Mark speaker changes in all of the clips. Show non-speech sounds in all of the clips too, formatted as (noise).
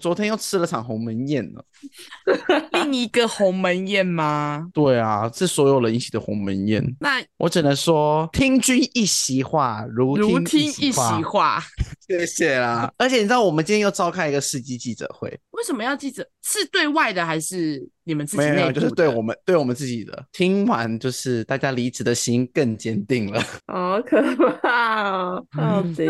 Speaker 1: 昨天又吃了场鸿门宴呢。
Speaker 2: 另一个鸿门宴吗？
Speaker 1: 对啊，是所有人一起的鸿门宴。
Speaker 2: 那
Speaker 1: 我只能说，听君一席话，如
Speaker 2: 如
Speaker 1: 听
Speaker 2: 听
Speaker 1: 席
Speaker 2: 一席话，
Speaker 1: 谢谢啦。而且你知道，我们今天又召开一个司机记者会，
Speaker 2: 为什么要记者？是对外的还是你们自己
Speaker 1: 没有没
Speaker 2: 内
Speaker 1: 有，就
Speaker 2: 部
Speaker 1: 是对
Speaker 2: 的
Speaker 1: 我们对我们自己的。听完就是大家离职的心更坚定了。
Speaker 3: 好可怕哦！到底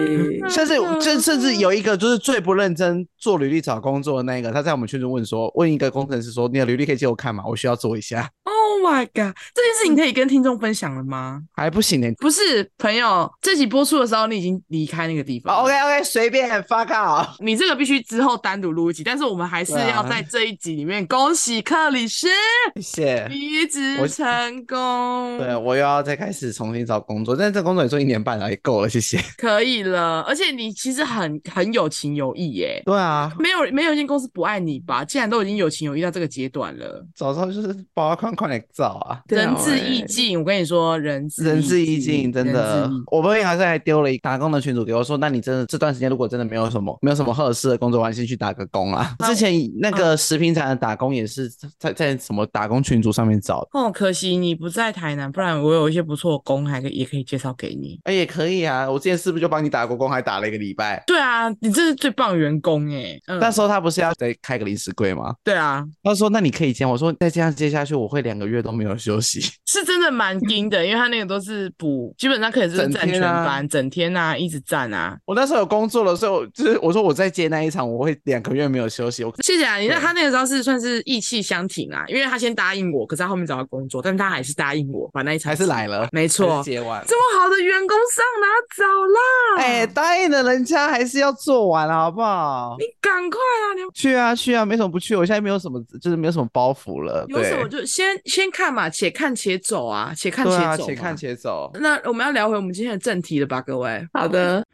Speaker 1: 甚至
Speaker 2: (laughs) 真的
Speaker 1: 这甚至有一个就是最不认真做履历找工作的那一个，他在我们群组问说，问一个工程师说，你的履历可以借我看吗？我需要做一下，
Speaker 2: ？Oh my god！这件事情可以跟听众分享了吗？
Speaker 1: 还不行呢、
Speaker 2: 不是，朋友，这集播出的时候你已经离开那个地方了。
Speaker 1: o k 哦 OK，随便 fuck off。
Speaker 2: 你这个必须之后单独录一集，但是我们还是
Speaker 1: 对啊
Speaker 2: 要在这一集里面恭喜克里斯
Speaker 1: 谢谢。
Speaker 2: 离职
Speaker 1: 哎我
Speaker 2: 成功，
Speaker 1: 对，我又要再开始重新找工作，但是这工作也做一年半了，也够了，谢谢。 (laughs)
Speaker 2: 可以了。而且你其实很很有情有义耶，
Speaker 1: 对啊，
Speaker 2: (laughs) 没有没有一间公司不爱你吧？既然都已经有情有义到这个阶段了，
Speaker 1: 早知道就是把快快点找啊。
Speaker 3: 对
Speaker 2: 仁
Speaker 3: 啊
Speaker 2: 至义尽。我跟你说，仁至
Speaker 1: 仁至义尽，
Speaker 2: 尽，
Speaker 1: 真的
Speaker 2: 仁至义。
Speaker 1: 我朋友好像还丢了一打工的群主给我说，那你真的这段时间如果真的没有什么 (laughs) 没有什么合适的工作，我还是去打个工啊。
Speaker 2: 那
Speaker 1: 之前那个食品厂的打工也是在在什么打工群组上面找的，
Speaker 2: 哦，可惜你不在台南，不然我有一些不错的工还可以也可以介绍给你。
Speaker 1: 哎、也可以啊。我之前是不是就帮你打过工，还打了一个礼拜？
Speaker 2: 对啊，你这是最棒的员工哎。嗯，
Speaker 1: 那时候他不是要再开个零食柜吗？
Speaker 2: 对啊，
Speaker 1: 他说：“那你可以接。”我说：“再这样接下去，我会两个月都没有休息。
Speaker 2: 是真的蛮盯的，因为他那个都是补，基本上可以就是
Speaker 1: 整
Speaker 2: 站全
Speaker 1: 天啊
Speaker 2: 班，整天啊，一直站啊。”
Speaker 1: 我那时候有工作的时候，就是我说我在接那一场，我会两个月没有休息。我
Speaker 2: 谢谢啊，你那
Speaker 1: 对
Speaker 2: 他那个时候是算是意气相挺啊，因为他先答应我，可是他后面找到工作，但他还是答应我把那一场
Speaker 1: 还是
Speaker 2: 接
Speaker 1: 来了，
Speaker 2: 没
Speaker 1: 还
Speaker 2: 错
Speaker 1: 是，接完。
Speaker 2: 这么好的员工上哪找啦？
Speaker 1: 哎、答应了人家还是要做完了，好不好？
Speaker 2: 你赶快啊，你
Speaker 1: 去啊去啊，没什么不去，我现在没有什么，就是没有什么包袱了。
Speaker 2: 有什么
Speaker 1: 对
Speaker 2: 就先先看嘛，且看且走啊，且看
Speaker 1: 对
Speaker 2: 且
Speaker 1: 啊，
Speaker 2: 走、
Speaker 1: 且看。且走。嗯
Speaker 2: 那我们要聊回我们今天的正题了吧，各位？
Speaker 3: 好的，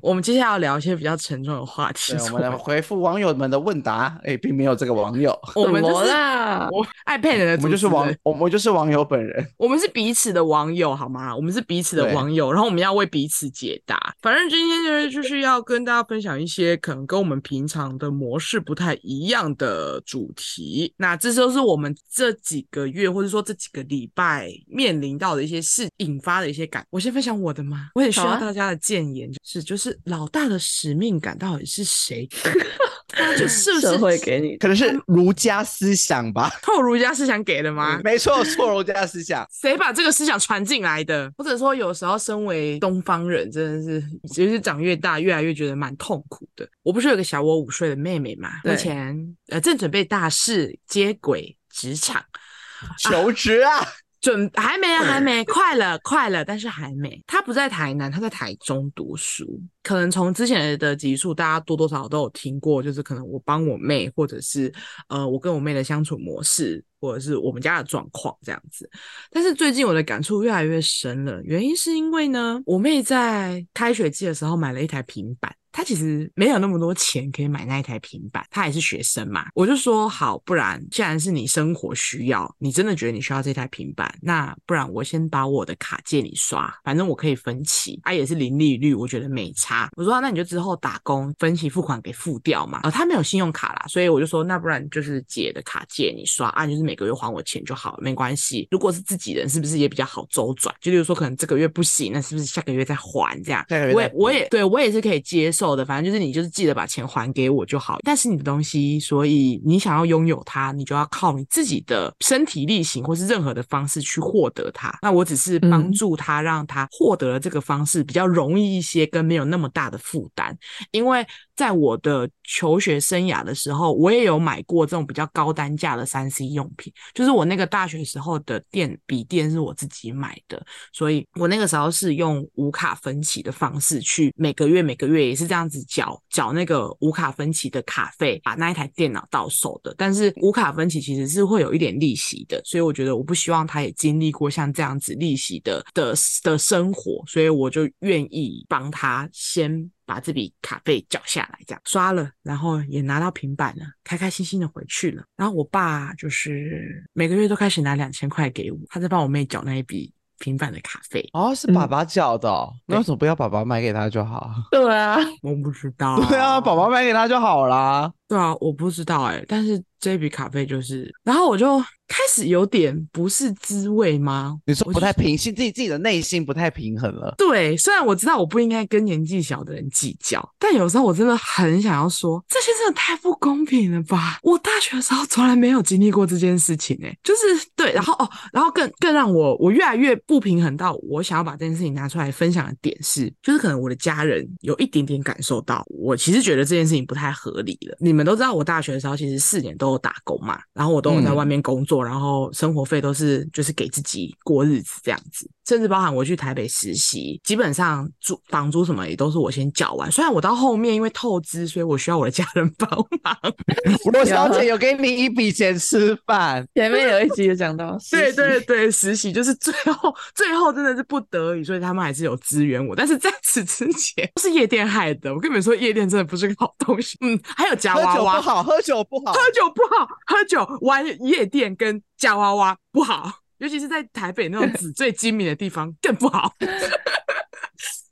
Speaker 2: 我们接下来要聊一些比较沉重的话题。
Speaker 1: 对，我
Speaker 2: 是
Speaker 1: 们来回复网友们的问答。哎、并没有这个网友，
Speaker 2: 我们
Speaker 3: 怎
Speaker 2: 就
Speaker 3: 么
Speaker 2: 是
Speaker 3: 啦？
Speaker 2: 我爱骗人的
Speaker 1: 我
Speaker 2: 主持人，
Speaker 1: 们就是网，我们就是网友本人。
Speaker 2: 我们是彼此的网友，好吗？我们是彼此的
Speaker 1: 对
Speaker 2: 网友，然后我们要为彼此解答。反正今天就是就是要跟大家分享一些可能跟我们平常的模式不太一样的主题。那这就是我们这几个月或者说这几个礼拜面临到的一些事引发的一些感。我先分享我的吗？我也需
Speaker 3: 好
Speaker 2: 要
Speaker 3: 啊
Speaker 2: 大家的建言，就是就是老大的使命感到底是 (laughs) 谁给的？他就是不是
Speaker 3: 社会给你的
Speaker 1: 可能是儒家思想吧？
Speaker 2: 透儒家思想给的吗？
Speaker 1: 没错，错儒家思想。
Speaker 2: 谁把这个思想传进来的？或者说，有时候身为东方人，真的是，尤其是长越大，越来越觉得蛮痛苦的。我不是有个小我五岁的妹妹嘛？目
Speaker 3: 对
Speaker 2: 前呃正准备大四接轨职场，
Speaker 1: 求职啊！
Speaker 2: 准还没啊，还没，快了，快了，但是还没。他不在台南，他在台中读书。可能从之前的集数，大家多多少少都有听过，就是可能我帮我妹，或者是呃我跟我妹的相处模式，或者是我们家的状况这样子。但是最近我的感触越来越深了，原因是因为呢，我妹在开学季的时候买了一台平板。她其实没有那么多钱可以买那一台平板，她还是学生嘛。我就说好，不然既然是你生活需要，你真的觉得你需要这台平板，那不然我先把我的卡借你刷，反正我可以分期，啊也是零利率，我觉得没差。我说、啊那你就之后打工分期付款给付掉嘛。呃，她没有信用卡啦，所以我就说那不然就是姐的卡借你刷，啊你就是每个月还我钱就好了，没关系。如果是自己人，是不是也比较好周转？就例如说可能这个月不行，那是不是下个月再还这样？
Speaker 1: 下个月
Speaker 2: 我
Speaker 1: 再
Speaker 2: 也我也对我也是可以接受的，反正就是你就是记得把钱还给我就好。但是你的东西，所以你想要拥有它，你就要靠你自己的身体力行或是任何的方式去获得它。那我只是帮
Speaker 3: 嗯
Speaker 2: 助他，让他获得了这个方式比较容易一些，跟没有那么大的负担。因为在我的求学生涯的时候，我也有买过这种比较高单价的三 C 用品，就是我那个大学时候的电笔电是我自己买的，所以我那个时候是用无卡分期的方式去每个月每个月也是这样子缴缴那个无卡分期的卡费，把那一台电脑到手的。但是无卡分期其实是会有一点利息的，所以我觉得我不希望他也经历过像这样子利息的的的生活，所以我就愿意帮他先。把这笔卡费缴下来，这样刷了，然后也拿到平板了，开开心心的回去了。然后我爸就是每个月都开始拿两千块给我，他在帮我妹缴那一笔平凡的咖啡。
Speaker 1: 哦，是爸爸叫的哦、那为什么不要爸爸买给他就好？
Speaker 3: 对啊，
Speaker 2: 我不知道，
Speaker 1: 哦 (laughs) 对啊，爸爸买给他就好啦。
Speaker 2: 对啊，我不知道哎、但是这笔咖啡就是，然后我就开始有点不是滋味吗？
Speaker 1: 你说
Speaker 2: 我
Speaker 1: 不
Speaker 2: 就
Speaker 1: 太平，心，自己自己的内心不太平衡 (laughs) 了。
Speaker 2: 对，虽然我知道我不应该跟年纪小的人计较，但有时候我真的很想要说，这些真的太不公平了吧！我大学的时候从来没有经历过这件事情、欸，就是对，然后哦，然后更更让我我越来越不平衡到我想要把这件事情拿出来分享的点是，就是可能我的家人有一点点感受到，我其实觉得这件事情不太合理了。你们都知道，我大学的时候其实四年都有打工嘛，然后我都有在
Speaker 1: 嗯
Speaker 2: 外面工作，然后生活费都是就是给自己过日子这样子，甚至包含我去台北实习，基本上租房租什么也都是我先缴完。虽然我到后面因为透支，所以我需要我的家人帮忙，
Speaker 1: 罗小姐有给你一笔钱吃饭，
Speaker 3: 前面有一集有讲到， (laughs)
Speaker 2: 对
Speaker 3: 实习
Speaker 2: 对对，实习就是最后最后真的是不得已，所以他们还是有支援我。但是在此之前都是夜店害的，我跟你们说，夜店真的不是个好东西。嗯，还有夹
Speaker 1: 喝
Speaker 2: 娃
Speaker 1: 酒
Speaker 2: 娃
Speaker 1: 不，好，喝酒不好。
Speaker 2: 喝酒不好，喝酒玩夜店跟夹娃娃不好，尤其是在台北那种纸醉金迷的地方更不好。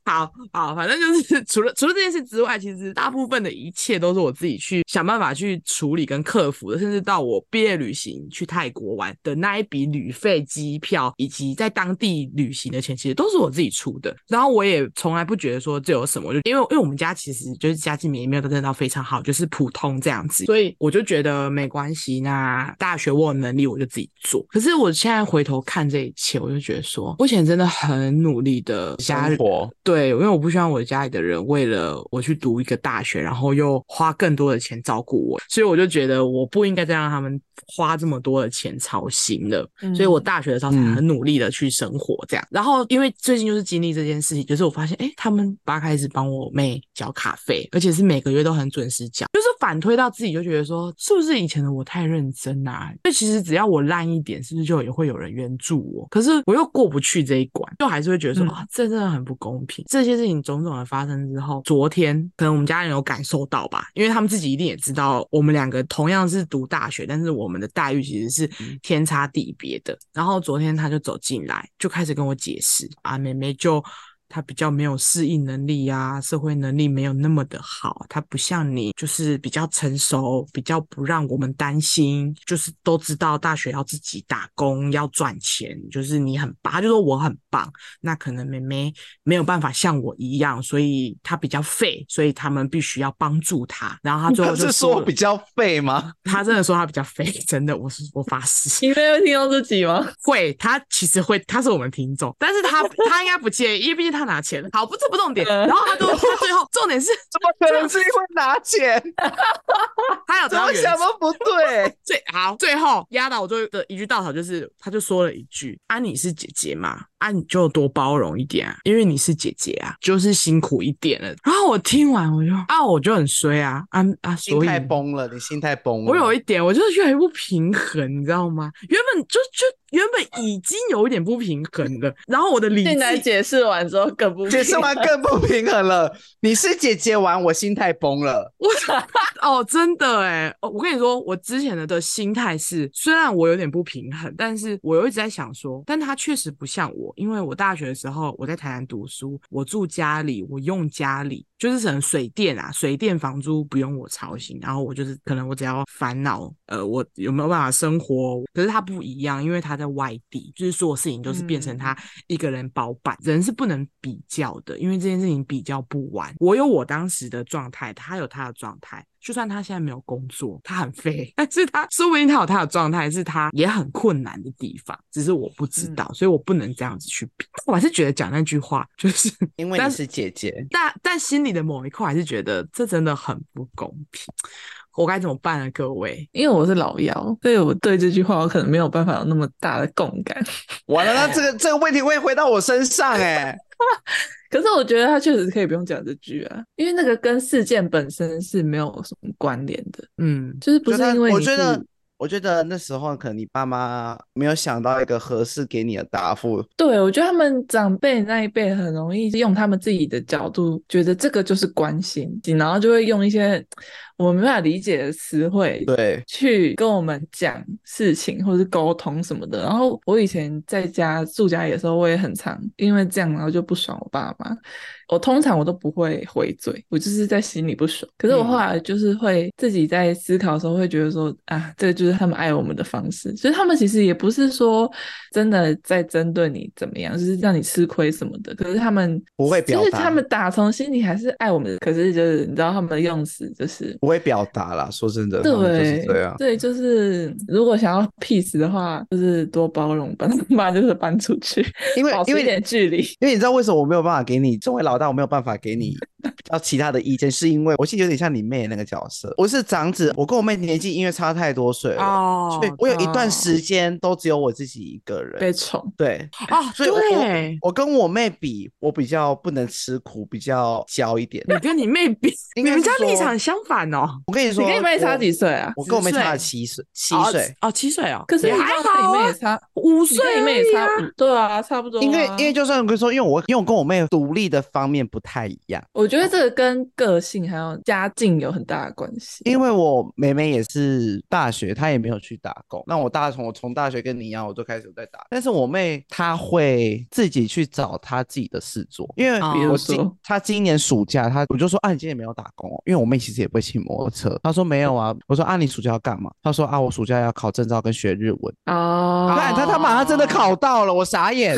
Speaker 2: 好好，反正就是除了除了这件事之外，其实大部分的一切都是我自己去想办法去处理跟克服的，甚至到我毕业旅行去泰国玩的那一笔旅费、机票，以及在当地旅行的钱，其实都是我自己出的。然后我也从来不觉得说这有什么，就因为因为我们家其实就是家境也没有真的到非常好，就是普通这样子，所以我就觉得没关系。那大学我有能力，我就自己做。可是我现在回头看这一切，我就觉得说，我以前真的很努力的家
Speaker 1: 生活
Speaker 2: 对，因为我不希望我家里的人为了我去读一个大学，然后又花更多的钱照顾我，所以我就觉得我不应该再让他们花这么多的钱操心了。所以我大学的时候才
Speaker 1: 嗯
Speaker 2: 很努力的去生活这样。然后因为最近就是经历这件事情，就是我发现，哎，他们爸开始帮我妹缴卡费，而且是每个月都很准时缴，就是反推到自己就觉得说，是不是以前的我太认真啊？那其实只要我烂一点，是不是就也会有人援助我？可是我又过不去这一关，就还是会觉得说，
Speaker 3: 嗯
Speaker 2: 啊，这真的很不公平。这些事情种种的发生之后，昨天可能我们家人有感受到吧，因为他们自己一定也知道，我们两个同样是读大学，但是我们的待遇其实是天差地别的。然后昨天他就走进来，就开始跟我解释啊，妹妹就。她比较没有适应能力啊，社会能力没有那么的好，她不像你，就是比较成熟，比较不让我们担心，就是都知道大学要自己打工，要赚钱，就是你很棒，他就说我很棒，那可能妹妹没有办法像我一样，所以她比较废，所以他们必须要帮助她，然后她最后
Speaker 1: 不 (laughs)
Speaker 2: 就是
Speaker 1: 说
Speaker 2: 了
Speaker 1: 比较废吗？
Speaker 2: 他真的说他比较肥， (laughs) 真的，我是我发誓
Speaker 3: 你没有听到这集吗？
Speaker 2: 会，他其实会，他是我们听众，但是他他应该不介意，因为毕竟他拿钱了。好，不这不重点，
Speaker 3: 嗯
Speaker 2: 然后他都他最后重点是
Speaker 1: 怎么可 (laughs) 能自己会拿钱？
Speaker 2: 他有得
Speaker 1: 怎
Speaker 2: 到
Speaker 1: 么
Speaker 2: 原
Speaker 1: 想都不 (laughs) 对。
Speaker 2: 最好最后压倒我最后的一句稻草就是，他就说了一句：“啊，你是姐姐嘛，啊，你就多包容一点啊，因为你是姐姐啊，就是辛苦一点了。”然后我听完我就啊，我就很衰啊啊啊，
Speaker 1: 心
Speaker 2: 所以
Speaker 1: 态崩了，你心态崩了。
Speaker 2: 我有一点，我就是越来越不平衡，你知道吗？原本就就原本已经有一点不平衡了，然后我的理
Speaker 3: 进来
Speaker 2: 智，
Speaker 3: 解释完之后更不
Speaker 1: 解释
Speaker 3: 平衡
Speaker 1: 完更不平衡了。你是姐姐玩，我心态崩了。
Speaker 2: 我哦，真的哎，哦我跟你说，我之前的的心态是，虽然我有点不平衡，但是我又一直在想说，但他确实不像我，因为我大学的时候我在台南读书，我住家里，我用家里，就是可能水电啊，水电房租不用我操心，然后我就是可能我只要烦恼，呃，我有没有办法生活，可是他不一样，因为他在外地，就是所有事情都是变成
Speaker 3: 嗯
Speaker 2: 他一个人包办，人是不能比较的，因为这件事情比较不完。我有我当时的状态，他有他的状态。就算他现在没有工作，他很废，但是他说不定他有他的状态，是他也很困难的地方，只是我不知
Speaker 3: 嗯
Speaker 2: 道，所以我不能这样子去比。我还是觉得讲那句话就是
Speaker 1: 因为
Speaker 2: 但
Speaker 1: 你
Speaker 2: 是
Speaker 1: 是姐姐，
Speaker 2: 但但心里的某一块还是觉得这真的很不公平，我该怎么办呢？各位，
Speaker 3: 因为我是老妖，所以我对这句话我可能没有办法有那么大的共感。
Speaker 1: 完了，那这 (laughs) 个这个问题会回到我身上哎、
Speaker 3: 可是我觉得他确实可以不用讲这句啊，因为那个跟事件本身是没有什么关联的，
Speaker 2: 嗯，
Speaker 3: 就是不
Speaker 1: 就是他
Speaker 3: 因为
Speaker 1: 我
Speaker 3: 你
Speaker 1: 觉
Speaker 3: 是
Speaker 1: 得，我觉得那时候可能你爸妈没有想到一个合适给你的答复，
Speaker 3: 对我觉得他们长辈那一辈很容易用他们自己的角度，觉得这个就是关心，然后就会用一些我们没办法理解的词汇，
Speaker 1: 对，
Speaker 3: 去跟我们讲事情或是沟通什么的。然后我以前在家住家里的时候，我也很常因为这样，然后就不爽我爸妈。我通常我都不会回嘴，我就是在心里不
Speaker 1: 嗯
Speaker 3: 爽。可是我后来就是会自己在思考的时候，会觉得说、啊，这个就是他们爱我们的方式。所以他们其实也不是说真的在针对你怎么样，就是让你吃亏什么的。可是他们
Speaker 1: 不会表达
Speaker 3: 就是他们打从心里还是爱我们的。可是就是你知道他们的用词就是
Speaker 1: 不会表达啦。说真的，他们就是
Speaker 3: 对，
Speaker 1: 这样。
Speaker 3: 对，就是如果想要 peace 的话，就是多包容， (laughs) 把他妈就是搬出去，
Speaker 1: 因为
Speaker 3: 保持
Speaker 1: 因为
Speaker 3: 一点距离。
Speaker 1: 因为你知道为什么我没有办法给你，作为老大我没有办法给你比较其他的意见，是因为我是有点像你妹那个角色，我是长子，我跟我妹年纪因为差太多岁了，
Speaker 2: 哦
Speaker 1: 呃所以我有一段
Speaker 3: 哦
Speaker 1: 时间都只有我自己一个人
Speaker 3: 被。宠，
Speaker 1: 对，
Speaker 2: 哦，
Speaker 1: 所以我
Speaker 2: 对，
Speaker 1: 我跟我妹比，我比较不能吃苦，比较娇一点。
Speaker 2: 你跟你妹比，
Speaker 1: 应
Speaker 2: 你
Speaker 1: 该
Speaker 2: 们
Speaker 1: 是
Speaker 2: 家立
Speaker 1: 说
Speaker 2: 场相反哦。
Speaker 1: 我跟你
Speaker 3: 嗯你
Speaker 1: 说，
Speaker 3: 跟你妹差
Speaker 1: 我
Speaker 3: 几？岁啊？
Speaker 1: 我跟我妹
Speaker 2: 几岁
Speaker 1: 差了七岁，七
Speaker 2: 哦
Speaker 1: 岁。
Speaker 2: 哦，七岁哦，
Speaker 3: 可是
Speaker 2: 也
Speaker 3: 你
Speaker 2: 还
Speaker 3: 知道跟
Speaker 2: 好
Speaker 3: 你妹
Speaker 2: 啊
Speaker 3: 也，差
Speaker 2: 五
Speaker 3: 你
Speaker 2: 岁
Speaker 3: 跟你妹也
Speaker 2: 而已
Speaker 3: 差
Speaker 2: 啊
Speaker 3: 五，对啊，差不多啊。
Speaker 1: 因为因为就算我跟你说，因为我因为我跟我妹独立的方面不太一样，
Speaker 3: 我觉得这个跟个性还有家境有很大的关系。
Speaker 1: 因为我妹妹也是大学，她也没有去打工。那我大从我从大学跟你一样，我就开始在打。但是我妹她会自己去找她自己的事做，因为
Speaker 2: 哦
Speaker 3: 比如
Speaker 1: 我
Speaker 3: 说
Speaker 1: 今她今年暑假，她我就说啊，你今年没有打工哦，因为我妹其实也不会骑摩托车。她说没有啊，我说啊，你暑假要干嘛？她说啊，我暑假要考证照跟学日文。
Speaker 3: 哦，
Speaker 1: 看她他妈她真的考到了，我傻眼。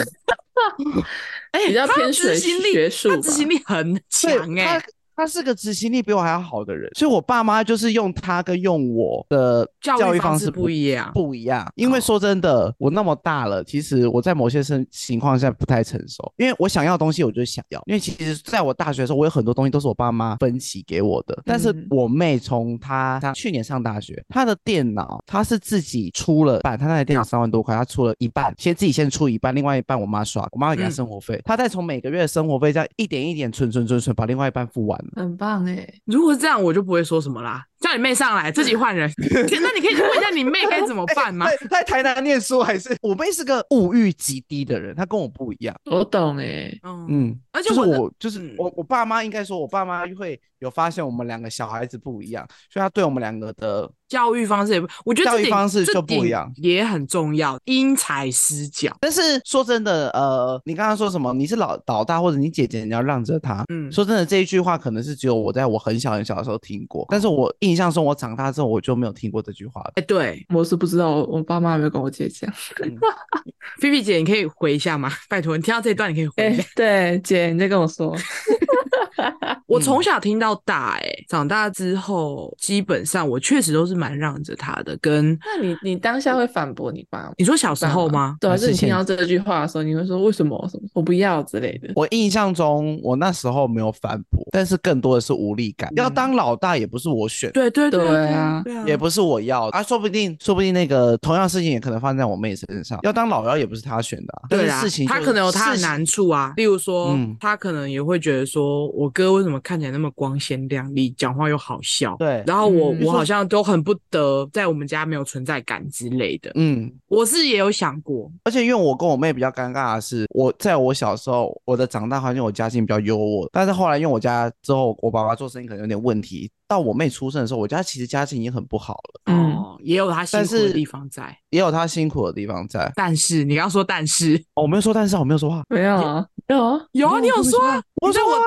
Speaker 2: 哎，
Speaker 3: 比较
Speaker 2: 他的
Speaker 3: 偏
Speaker 2: 执
Speaker 3: 学
Speaker 2: 行
Speaker 3: 学
Speaker 2: 力，
Speaker 3: 术
Speaker 2: 他
Speaker 3: 吧
Speaker 2: 执行力很
Speaker 1: 对
Speaker 2: 强哎
Speaker 1: 他，他是个执行力比我还要好的人，所以我爸妈就是用他跟用我的
Speaker 2: 教
Speaker 1: 育
Speaker 2: 育
Speaker 1: 方
Speaker 2: 方
Speaker 1: 式
Speaker 2: 式不一样
Speaker 1: 不一样。因为
Speaker 2: 哦
Speaker 1: 说真的，我那么大了，其实我在某些生情况下不太成熟，因为我想要的东西我就想要，因为其实在我大学的时候，我有很多东西都是我爸妈分期给我的，但是
Speaker 3: 嗯
Speaker 1: 我妹从她她去年上大学，她的电脑她是自己出了半，她那台电脑三万多块，她出了一半，先自己先出一半，另外一半我妈刷，我妈会给她
Speaker 2: 嗯
Speaker 1: 生活费，她再从每个月的生活费这样一点一点存存存存，把另外一半付完了。
Speaker 3: 很棒哎、
Speaker 2: 如果是这样，我就不会说什么啦。叫你妹上来，自己换 (laughs) 人。那你可以去问一下你妹该怎么办 (laughs) 吗？
Speaker 1: 在在台南念书还是我妹是个物欲极低的人，她跟我不一样。
Speaker 3: 我懂哎、
Speaker 2: 嗯，
Speaker 1: 嗯，
Speaker 2: 而且
Speaker 1: 就是
Speaker 2: 我的
Speaker 1: 我就是
Speaker 2: 嗯
Speaker 1: 我我爸妈应该说，我爸妈会有发现我们两个小孩子不一样，所以他对我们两个的
Speaker 2: 教育方式也不，我觉得
Speaker 1: 教
Speaker 2: 这
Speaker 1: 育
Speaker 2: 点
Speaker 1: 方式
Speaker 2: 这
Speaker 1: 就不
Speaker 2: 点
Speaker 1: 一样
Speaker 2: 也很重要，因材施教。
Speaker 1: 但是说真的，呃，你刚刚说什么？你是老老大或者你姐姐，你要让着她。
Speaker 2: 嗯
Speaker 1: 说真的，这一句话可能是只有我在我很小很小的时候听过，但是我印象中我长大之后我就没有听过这句 (laughs) 话了。
Speaker 2: 哎，对
Speaker 3: 我是不知道，我爸妈有没有跟我姐讲。
Speaker 1: 嗯
Speaker 2: 菲菲姐，你可以回一下吗？拜托，你听到这一段，你可以回
Speaker 3: 哎、(laughs)
Speaker 2: 一下。
Speaker 3: 对，姐，你在跟我说，
Speaker 1: 嗯
Speaker 2: 我从小听到大、哎，长大之后，基本上我确实都是蛮让着她的。跟
Speaker 3: 那你你当下会反驳你爸吗？
Speaker 2: 你说小时候
Speaker 3: 爸妈
Speaker 2: 吗？
Speaker 3: 对啊，
Speaker 1: 还
Speaker 3: 就是你
Speaker 1: 是现
Speaker 3: 听到这句话的时候，你会说为什么？什么我不要之类的。
Speaker 1: 我印象中，我那时候没有反驳，但是更多的是无力感。要当老大也不是我选，
Speaker 2: 对对
Speaker 3: 对啊
Speaker 2: 对啊，
Speaker 1: 也不是我要的啊，说不定，说不定那个同样事情也可能发生在我妹身上。要当老幺也不是她选的、啊，但
Speaker 2: 对
Speaker 1: 是
Speaker 2: 啦，
Speaker 1: 事情
Speaker 2: 他
Speaker 1: 就
Speaker 2: 可能有他的
Speaker 1: 事情
Speaker 2: 难处啊，例如说，
Speaker 1: 嗯
Speaker 2: 他可能也会觉得说，我哥为什么看起来那么光鲜亮丽，讲话又好笑，
Speaker 1: 对，
Speaker 2: 然后我、
Speaker 3: 嗯
Speaker 2: 我好像都很不得在我们家没有存在感之类的。
Speaker 1: 嗯，
Speaker 2: 我是也有想过，
Speaker 1: 而且因为我跟我妹比较尴尬的是，我在我小时候，我的长大环境，我家境比较优渥，但是后来因为我家之后，我爸爸做生意可能有点问题，到我妹出生的时候，我家其实家境已经很不好了，
Speaker 3: 嗯
Speaker 2: 哦，也有他辛
Speaker 1: 但
Speaker 2: 苦的
Speaker 1: 是
Speaker 2: 地方在。
Speaker 1: 也有她辛苦的地方在。
Speaker 2: 但是你刚说但是
Speaker 1: 哦我没有说，但是我没有说话，
Speaker 3: 没有啊，没有啊。
Speaker 2: 有啊，
Speaker 1: 嗯
Speaker 2: 你有
Speaker 1: 我都没
Speaker 2: 说
Speaker 1: 说
Speaker 2: 啊
Speaker 1: 话，我
Speaker 2: 你在
Speaker 1: 说
Speaker 2: 我
Speaker 1: 话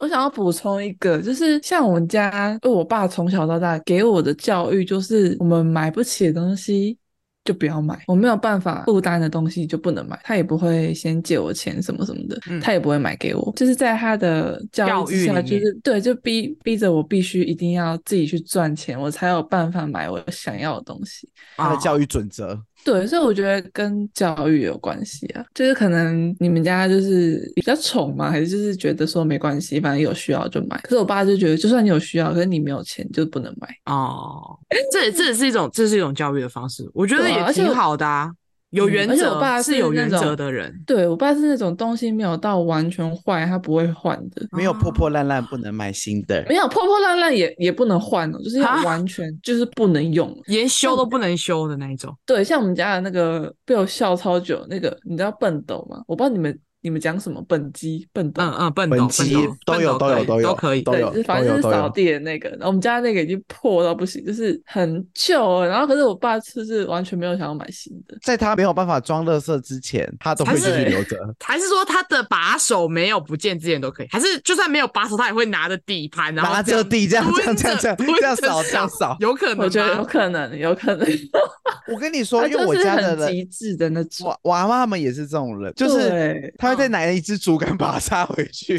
Speaker 3: 我想要补充一个，就是像我们家，因为我爸从小到大给我的教育就是，我们买不起的东西就不要买，我没有办法负担的东西就不能买。他也不会先借我钱什么什么的，
Speaker 2: 嗯
Speaker 3: 他也不会买给我。就是在他的教
Speaker 2: 教
Speaker 3: 育
Speaker 2: 育
Speaker 3: 之下，
Speaker 2: 里
Speaker 3: 就是对，就逼逼着我必须一定要自己去赚钱，我才有办法买我想要的东西。
Speaker 1: 她的教
Speaker 2: 育
Speaker 1: 育准则。
Speaker 3: 对，所以我觉得跟教育有关系啊，就是可能你们家就是比较宠嘛，还是就是觉得说没关系，反正有需要就买。可是我爸就觉得，就算你有需要，可是你没有钱就不能买。
Speaker 2: 哦，这也这也是一种这是一种教育的方式，我觉得
Speaker 3: 对啊
Speaker 2: 也
Speaker 3: 而且
Speaker 2: 挺
Speaker 3: 我
Speaker 2: 好的啊，有
Speaker 3: 嗯
Speaker 2: 原
Speaker 3: 而且
Speaker 2: 则，
Speaker 3: 我爸
Speaker 2: 是
Speaker 3: 是
Speaker 2: 有
Speaker 3: 那
Speaker 2: 原则
Speaker 3: 种
Speaker 2: 的人。
Speaker 3: 对我爸是那种东西没有到完全坏，他不会换的，
Speaker 1: 没有破
Speaker 2: 哦
Speaker 1: 破烂烂不能买新的
Speaker 3: 没，有破破烂烂也也不能换哦，就是要
Speaker 2: 啊
Speaker 3: 完全就是不能用。
Speaker 2: 连修都不能修的那一种。
Speaker 3: 对，像我们家的那个被我笑超久那个，你知道笨斗吗？我不知道你们你们讲什么本机笨斗，
Speaker 2: 嗯嗯，笨斗
Speaker 1: 本
Speaker 2: 鸡
Speaker 1: 机都有
Speaker 2: 都
Speaker 1: 都有
Speaker 2: 都
Speaker 1: 都有
Speaker 2: 可以。
Speaker 1: 都
Speaker 3: 对，
Speaker 1: 有
Speaker 3: 就是反正
Speaker 1: 都有
Speaker 3: 就是
Speaker 1: 都有
Speaker 3: 扫地的那个，然后我们家那个已经破到不行，就是很旧了。然后可是我爸就是完全没有想要买新的，
Speaker 1: 在他没有办法装垃圾之前，他都会
Speaker 2: 还
Speaker 1: 继
Speaker 2: 是
Speaker 1: 续留着。
Speaker 2: 还是说他的把手没有不见之前都可以？还是就算没有把手，他也会拿着底盘， (laughs) 然后
Speaker 1: 拿
Speaker 2: 这样
Speaker 1: 着地这样这样
Speaker 2: 蹲
Speaker 1: 这样这样
Speaker 2: 着蹲
Speaker 1: 这样
Speaker 2: 着
Speaker 1: 扫这样扫
Speaker 2: 有可能吗？
Speaker 3: 我觉得有可能，有可
Speaker 1: (laughs)
Speaker 3: 能，
Speaker 1: 我跟你说，
Speaker 3: 他
Speaker 1: 因为
Speaker 3: 就
Speaker 1: 我
Speaker 3: 是
Speaker 1: 家的
Speaker 3: 很
Speaker 1: 人，
Speaker 3: 极致的那种。
Speaker 1: 我我阿妈他们也是这种人，就是
Speaker 3: 对
Speaker 1: 他会再
Speaker 2: 嗯
Speaker 1: 拿一支竹竿把它插回
Speaker 2: (laughs)
Speaker 1: 去。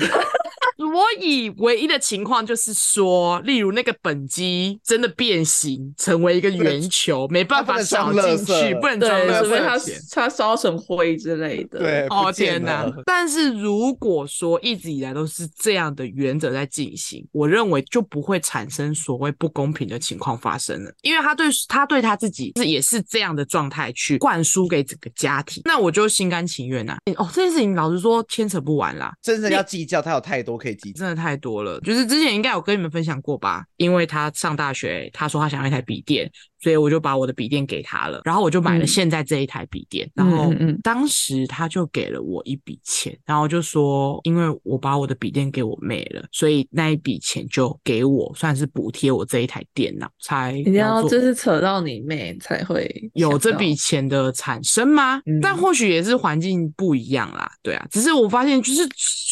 Speaker 2: 我以唯一的情况就是说，例如那个本机真的变形成为一个圆球，没办法扫进去，
Speaker 1: 它不
Speaker 2: 不能装
Speaker 3: 对，
Speaker 2: 垃
Speaker 3: 除非他
Speaker 2: 圾钱。
Speaker 3: 他烧成灰之类的。
Speaker 1: 对，
Speaker 2: 哦
Speaker 1: 不见
Speaker 2: 天哪
Speaker 1: 了！
Speaker 2: 但是如果说一直以来都是这样的原则在进行，我认为就不会产生所谓不公平的情况发生了，因为他对他对他自己是也是这样的状态去灌输给整个家庭，那我就心甘情愿呐、哦，这件事情老实说牵扯不完啦，
Speaker 1: 真的要计较，他有太多可以计
Speaker 2: (laughs)
Speaker 1: 较。
Speaker 2: 真的太多了，就是之前应该有跟你们分享过吧？因为他上大学，他说他想要一台笔电，所以我就把我的笔电给他了，然后我就买了
Speaker 3: 嗯
Speaker 2: 现在这一台笔电，
Speaker 3: 嗯
Speaker 2: 然后
Speaker 3: 嗯嗯
Speaker 2: 当时他就给了我一笔钱，然后就说因为我把我的笔电给我妹了，所以那一笔钱就给我算是补贴我这一台电脑，才
Speaker 3: 一定要
Speaker 2: 做
Speaker 3: 就是扯到你妹才会
Speaker 2: 有这
Speaker 3: 想到
Speaker 2: 笔钱的产生吗？
Speaker 3: 嗯
Speaker 2: 但或许也是环境不一样啦，对啊。只是我发现，就是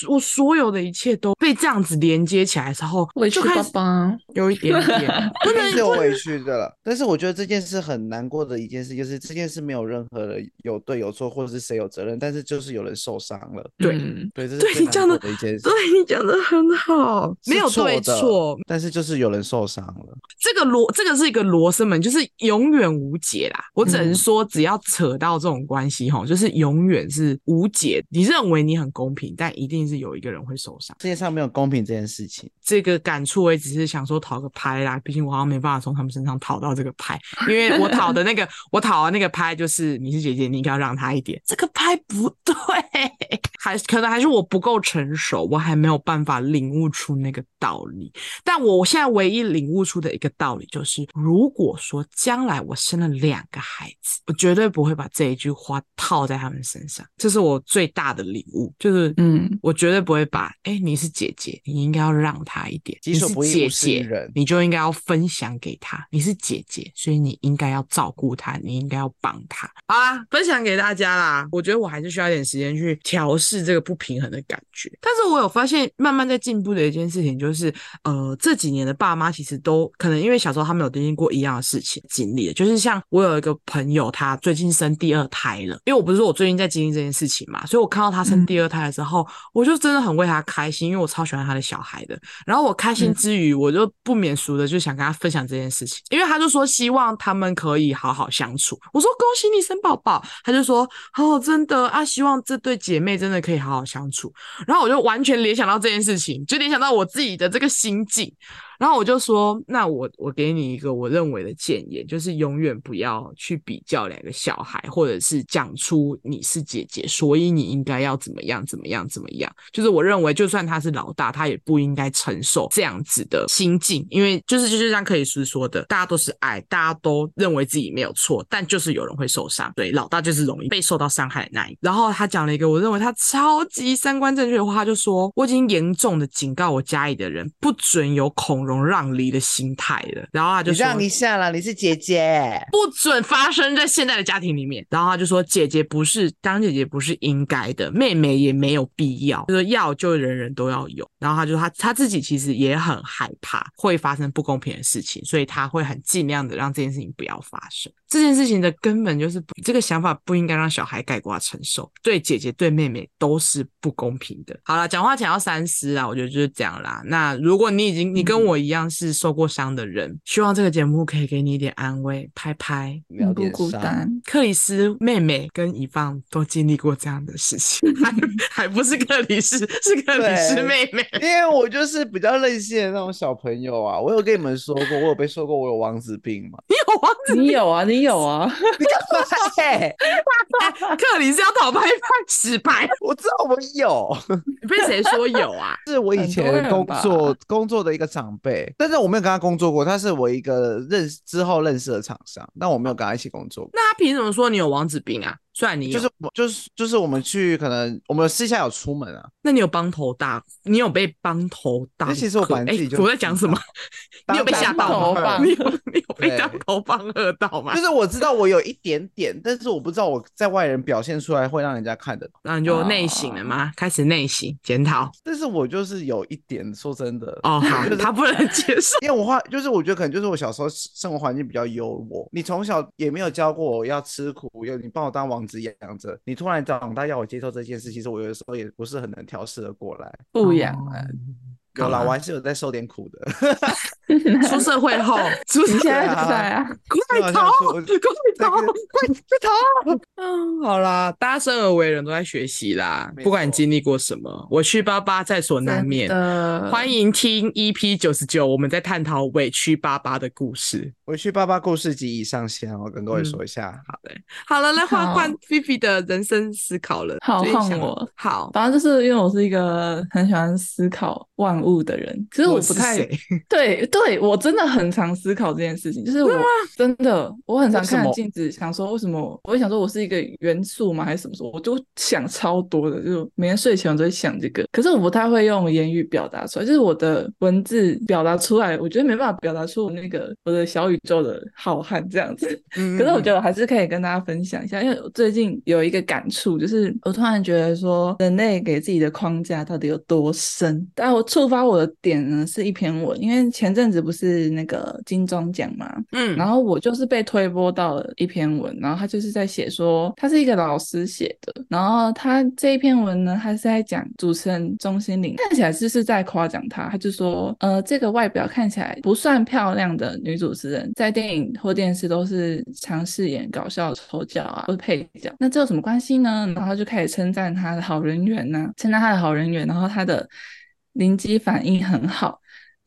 Speaker 2: 我所有的一切都被这样子连接起来之后
Speaker 3: 委，屈
Speaker 2: 就开
Speaker 3: 巴
Speaker 2: 始
Speaker 3: 巴。
Speaker 2: 有一点 (laughs) 点不
Speaker 1: 真的 (laughs) 是有
Speaker 2: 能。
Speaker 1: 委屈的了，但是我觉得这件事很难过的一件事，就是这件事没有任何的有对有错，或者是谁有责任，但是就是有人受伤了。
Speaker 2: 对
Speaker 3: 嗯
Speaker 1: 对，这是
Speaker 2: 对
Speaker 1: 最
Speaker 2: 你
Speaker 1: 难
Speaker 2: 讲
Speaker 1: 过
Speaker 2: 的
Speaker 1: 的一件事，
Speaker 2: 对 (laughs) 你讲的很好，
Speaker 1: 是
Speaker 2: 没有对
Speaker 1: 的
Speaker 2: 错，，
Speaker 1: 但是就是有人受伤了。
Speaker 2: 这个罗这个是一个罗生门，就是永远无解啦。我只能
Speaker 3: 嗯
Speaker 2: 说，只要扯到这种关系吼，就是永远是无解。你认为你很公平，但一定是有一个人会受伤。
Speaker 1: 世界上没有公平这件事情，
Speaker 2: 这个感触，我也只是想说讨个拍啦，毕竟我好像没办法从他们身上讨到这个拍，因为我讨的那个我讨的那个拍就是米是姐姐，你应该要让她一点，这个拍不对，还可能还是我不够成熟，我还没有办法领悟出那个道理。但我现在唯一领悟出的一个道理就是，如果说将来我生了两个孩子，我绝对不会把这一句话套在他们身上，这是我最大的领悟，就是
Speaker 3: 嗯，
Speaker 2: 我绝对不会把，哎、你是姐姐，你应该要让她一点；
Speaker 1: 己
Speaker 2: 你
Speaker 1: 所
Speaker 2: 是
Speaker 1: 不欲
Speaker 2: 姐
Speaker 1: 勿施于
Speaker 2: 姐，
Speaker 1: 人
Speaker 2: 你就应该要分享给她。你是姐姐，所以你应该要照顾她，你应该要帮她。好啦，分享给大家啦。我觉得我还是需要一点时间去调试这个不平衡的感觉。但是我有发现，慢慢在进步的一件事情就是，呃，这几年的爸妈其实都可能因为小时候他们有经历过一样的事情，经历的就是像我有一个朋友，他最近生第二胎了，因为我不是说我最近在经历这件事情嘛，所以我看到他生第二胎的时候，我就真的很为他开心，因为我超喜欢他的小孩的。然后我开心
Speaker 3: 嗯
Speaker 2: 之余，我就不免俗的就想跟他分享这件事情，因为他就说希望他们可以好好相处。我说恭喜你生宝宝，他就说哦真的啊，希望这对姐妹真的可以好好相处。然后我就完全联想到这件事情，就联想到我自己的这个心境，然后我就说，那我我给你一个我认为的建议，就是永远不要去比较两个小孩，或者是讲出你是姐姐，所以你应该要怎么样怎么样怎么样。就是我认为，就算他是老大，他也不应该承受这样子的心境，因为就是就是像克里斯说的，大家都是爱，大家都认为自己没有错，但就是有人会受伤，对，老大就是容易被受到伤害的那一个。然后他讲了一个我认为他超级三观正确的话，他就说我已经严重的警告我家里的人，不准有孔融让梨的心态了。然后他
Speaker 1: 你
Speaker 2: 就说
Speaker 1: 让一下啦，你是姐姐。
Speaker 2: 不准发生在现在的家庭里面。然后他就说，姐姐不是当姐姐不是应该的，妹妹也没有必要，就是要就人人都要有。然后他就他他自己其实也很害怕会发生不公平的事情，所以他会很尽量的让这件事情不要发生。这件事情的根本就是不这个想法不应该让小孩盖瓜承受，对姐姐对妹妹都是不公平的。好啦，讲话前要三思啦，我觉得就是这样啦。那如果你已经你跟我一样是受过伤的人，希望这个节目可以给你一点安慰，拍拍。
Speaker 1: (laughs) 聊
Speaker 3: 不
Speaker 1: 点
Speaker 3: 孤
Speaker 1: 伤
Speaker 3: 单。
Speaker 1: (laughs)
Speaker 2: 克里斯妹妹跟以放都经历过这样的
Speaker 1: (laughs)
Speaker 2: 事情，还还不是克里斯，是克里斯
Speaker 1: 对
Speaker 2: 妹妹。
Speaker 1: 因为我就是比较任性的那种小朋友啊，我有跟你们说过，我有被说过我有王子病嘛。
Speaker 2: 你有忘
Speaker 3: 你有啊，你有啊，
Speaker 1: (laughs) 你干嘛、欸？ (laughs)
Speaker 2: 哎记克里斯要讨拍拍失败，
Speaker 1: (laughs) 我知道我有，
Speaker 2: 被谁说有啊？
Speaker 1: 是我以
Speaker 3: 很多
Speaker 1: 前
Speaker 3: 人
Speaker 1: 工
Speaker 3: 吧
Speaker 1: 作工作的一个长辈，但是我没有跟他工作过，他是我一个认识之后认识的厂商，但我没有跟他一起工作过。
Speaker 2: (laughs) 那他凭什么说你有王子病啊？虽然你有
Speaker 1: 就是我就是就是我们去可能我们私下有出门啊，
Speaker 2: 那你有帮头大，你有被帮头
Speaker 1: 那
Speaker 2: 大过？
Speaker 1: 其实我本来自己
Speaker 2: 哎
Speaker 1: 就
Speaker 2: 我在讲
Speaker 1: (laughs)
Speaker 2: 什么？你有被吓到
Speaker 3: 头
Speaker 2: 吗？
Speaker 3: 棒
Speaker 2: 你有你有被
Speaker 1: 对
Speaker 2: 当头棒喝到吗
Speaker 1: 就？是我知道我有一点点，但是我不知道我在外人表现出来会让人家看得到。
Speaker 2: 那你就内省了吗？开始内省检讨。
Speaker 1: 但是我就是有一点，说真的，
Speaker 2: 哦， (laughs) 好
Speaker 1: 就，是
Speaker 2: 他不能接受。
Speaker 1: 因为我话就是我觉得可能就是我小时候生活环境比较优渥，你从小也没有教过我要吃苦，有你把我当王子养着，你突然长大要我接受这件事，其实我有的时候也不是很能调试的过来。
Speaker 3: 不 (laughs) 养啊。
Speaker 1: 有啦，
Speaker 2: 好吧
Speaker 1: 我还是有在受点苦的。 (laughs)
Speaker 2: 出社会 (laughs) 后，出社
Speaker 3: 你现在
Speaker 1: 啊
Speaker 3: 还在
Speaker 1: (laughs)
Speaker 3: 啊？
Speaker 2: 快逃！快逃！
Speaker 1: 我好像说
Speaker 2: 快
Speaker 1: 这个
Speaker 2: 逃！嗯， (laughs) 好啦，大家生而为人都在学习啦，
Speaker 1: 没
Speaker 2: 不管你
Speaker 1: 错
Speaker 2: 经历过什么，我去巴巴在所难免。
Speaker 3: 的，
Speaker 2: 欢迎听 EP 九十九，我们在探讨委屈巴巴的故事。
Speaker 1: 我去爸爸故事集已上线哦，我跟各位
Speaker 2: 嗯
Speaker 1: 说一下。
Speaker 2: 好了，来换
Speaker 3: 好
Speaker 2: 换菲菲的人生思考了。
Speaker 3: 好
Speaker 2: 最近
Speaker 3: 换
Speaker 2: 想
Speaker 3: 我。
Speaker 2: 好，
Speaker 3: 反正就是因为我是一个很喜欢思考万物的人，其实
Speaker 1: 我
Speaker 3: 不
Speaker 1: 是
Speaker 3: 太
Speaker 1: 谁
Speaker 3: 对，对我真的很常思考这件事情，就是我真的我很常
Speaker 1: 为什
Speaker 3: 看着
Speaker 1: 么
Speaker 3: 镜子，想说为什么，我会想说我是一个元素吗，还是什么什么，我就想超多的，就每天睡前我都会想这个，可是我不太会用言语表达出来，就是我的文字表达出来，我觉得没办法表达出我那个我的小宇宙的浩瀚这样子。
Speaker 1: 嗯
Speaker 3: 可是我觉得我还是可以跟大家分享一下，因为我最近有一个感触，就是我突然觉得说，人类给自己的框架到底有多深？但我触发我的点呢，是一篇文，因为前阵子不是那个金钟奖嘛，
Speaker 2: 嗯，
Speaker 3: 然后我就是被推播到了一篇文，然后他就是在写说，他是一个老师写的，然后他这一篇文呢，他是在讲主持人钟欣凌，看起来就是在夸奖她，他就说，呃，这个外表看起来不算漂亮的女主持人，在电影或电视都是常饰演搞笑丑角啊，或是配角，那这有什么关系呢？然后他就开始称赞她的好人缘呐、称赞她的好人缘，然后她的临机反应很好。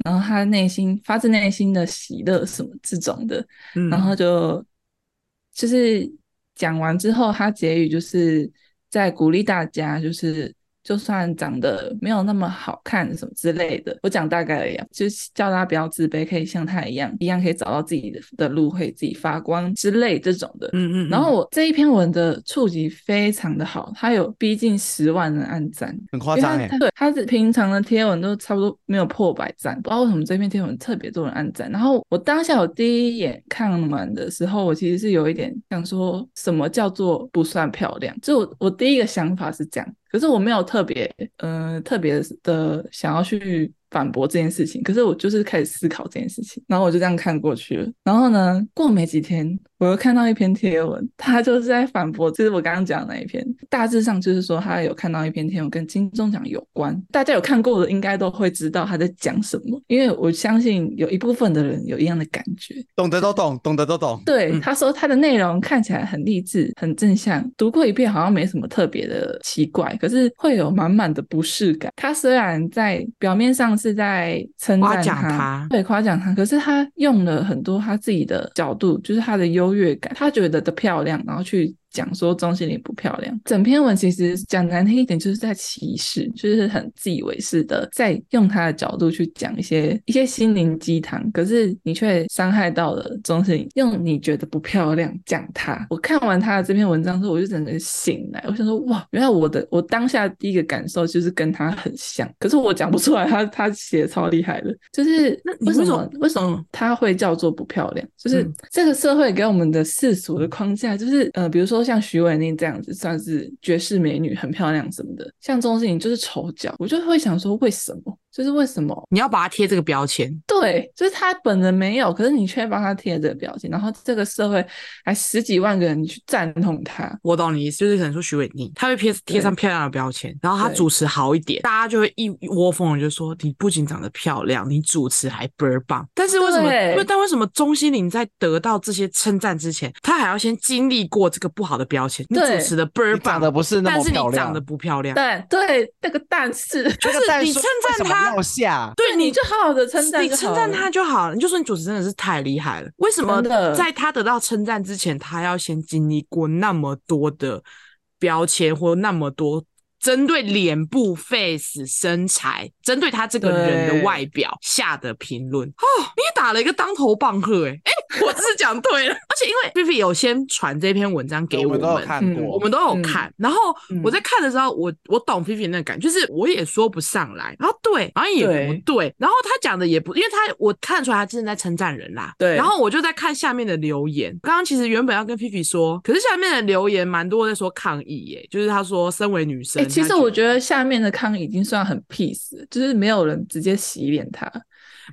Speaker 3: 然后他内心发自内心的喜乐什么这种的，
Speaker 2: 嗯
Speaker 3: 然后就就是讲完之后，他结语就是在鼓励大家，就是就算长得没有那么好看什么之类的，我讲大概而已、啊，就是叫大家不要自卑，可以像他一样，一样可以找到自己的的路，会自己发光之类这种的。
Speaker 2: 嗯嗯，
Speaker 3: 然后我这一篇文的触及非常的好，它有逼近十万人按赞，
Speaker 1: 很夸
Speaker 3: 因为
Speaker 1: 张
Speaker 3: 他
Speaker 1: 哎、
Speaker 3: 他对，他是平常的贴文都差不多没有破百赞，不知道为什么这篇贴文特别多人按赞。然后我当下我第一眼看完的时候，我其实是有一点想说什么叫做不算漂亮，就我我第一个想法是这样，可是我没有特别呃特别的想要去。反驳这件事情，可是我就是开始思考这件事情，然后我就这样看过去了。然后呢，过没几天，我又看到一篇贴文，他就是在反驳，就是我刚刚讲的那一篇，大致上就是说他有看到一篇贴文跟金钟奖有关，大家有看过的应该都会知道他在讲什么，因为我相信有一部分的人有一样的感觉，
Speaker 1: 懂得都懂，懂得都
Speaker 2: (laughs)
Speaker 1: 懂。
Speaker 3: 对，
Speaker 2: 嗯
Speaker 3: 他说他的内容看起来很励志、很正向，读过一遍好像没什么特别的奇怪，可是会有满满的不适感。他虽然在表面上是在称
Speaker 2: 夸
Speaker 3: 赞
Speaker 2: 奖
Speaker 3: 他
Speaker 2: 他，
Speaker 3: 对，夸奖他，可是他用了很多他自己的角度，就是他的优越感，他觉得的漂亮，然后去。讲说钟欣凌不漂亮，整篇文其实讲难听一点，就是在歧视，就是很自以为是的，在用他的角度去讲一些一些心灵鸡汤，可是你却伤害到了钟欣凌，用你觉得不漂亮讲他。我看完他的这篇文章之后，我就整个醒来，我想说哇，原来我的我当下第一个感受就是跟他很像，可是我讲不出来他，他写的超厉害的，就是
Speaker 2: 那你
Speaker 3: 为什
Speaker 2: 为什
Speaker 3: 么
Speaker 2: 么
Speaker 3: 为什么他会叫做不漂亮？就是
Speaker 2: 嗯
Speaker 3: 这个社会给我们的世俗的框架，就是呃，比如说像徐伟宁这样子，算是绝世美女，很漂亮什么的。像钟欣凌就是丑角，我就会想说，为什么？就是为什么？
Speaker 2: 你要把它贴这个标签，
Speaker 3: 对，就是她本人没有，可是你却帮她贴这个标签，然后这个社会还十几万个人去赞同她。
Speaker 2: 我懂你意思，就是可能说徐伟宁，他被贴贴上漂亮的标签，然后他
Speaker 3: 对
Speaker 2: 主持好一点，大家就会一一窝蜂的就说你不仅长得漂亮，你主持还倍儿棒。但是为什么？
Speaker 3: 对
Speaker 2: 为但为什么钟欣凌在得到这些称赞之前，她还要先经历过这个不好的标签？你
Speaker 3: 对
Speaker 2: 主持的倍儿
Speaker 1: 你长得
Speaker 2: 棒，
Speaker 1: 不是那
Speaker 2: 但
Speaker 1: 么
Speaker 2: 是你
Speaker 1: 漂
Speaker 2: 长
Speaker 1: 亮
Speaker 2: 得，不漂亮，
Speaker 3: 但对那个但是，
Speaker 1: 就
Speaker 2: 就是你称赞他
Speaker 1: 要下，
Speaker 3: (laughs)
Speaker 2: 对
Speaker 3: 你
Speaker 2: 你
Speaker 3: 就好好的称赞
Speaker 2: 你
Speaker 3: 就好
Speaker 2: 称赞
Speaker 3: 了哎
Speaker 2: 他就好了，你就说你主持真的是太厉害了。为什么
Speaker 3: 真的
Speaker 2: 在他得到称赞之前，他要先经历过那么多的标签或那么多针对脸部、face、身材，针对他这个人
Speaker 3: 对
Speaker 2: 的外表下的评论。哦，你也打了一个当头棒喝、欸，哎、我是讲对了。 (laughs) 而且因为 Vivi 有先传这篇文章给
Speaker 1: 哎我
Speaker 2: 我
Speaker 1: 们都有
Speaker 2: 们。
Speaker 1: 看
Speaker 3: 嗯
Speaker 1: 过，
Speaker 2: 我们都有看，然后
Speaker 3: 嗯
Speaker 2: 我在看的时候，我我懂菲菲那个感觉，就是我也说不上来，然后对，好像也不对，然后他讲的也不，因为他我看出来他真的在称赞人啦，
Speaker 3: 对
Speaker 2: 然后我就在看下面的留言，刚刚其实原本要跟菲菲说，可是下面的留言蛮多在说抗议耶、就是他说身为女生，
Speaker 3: 哎、其
Speaker 2: 她
Speaker 3: 实我觉得下面的康已经算很 peace，了就是没有人直接洗脸他，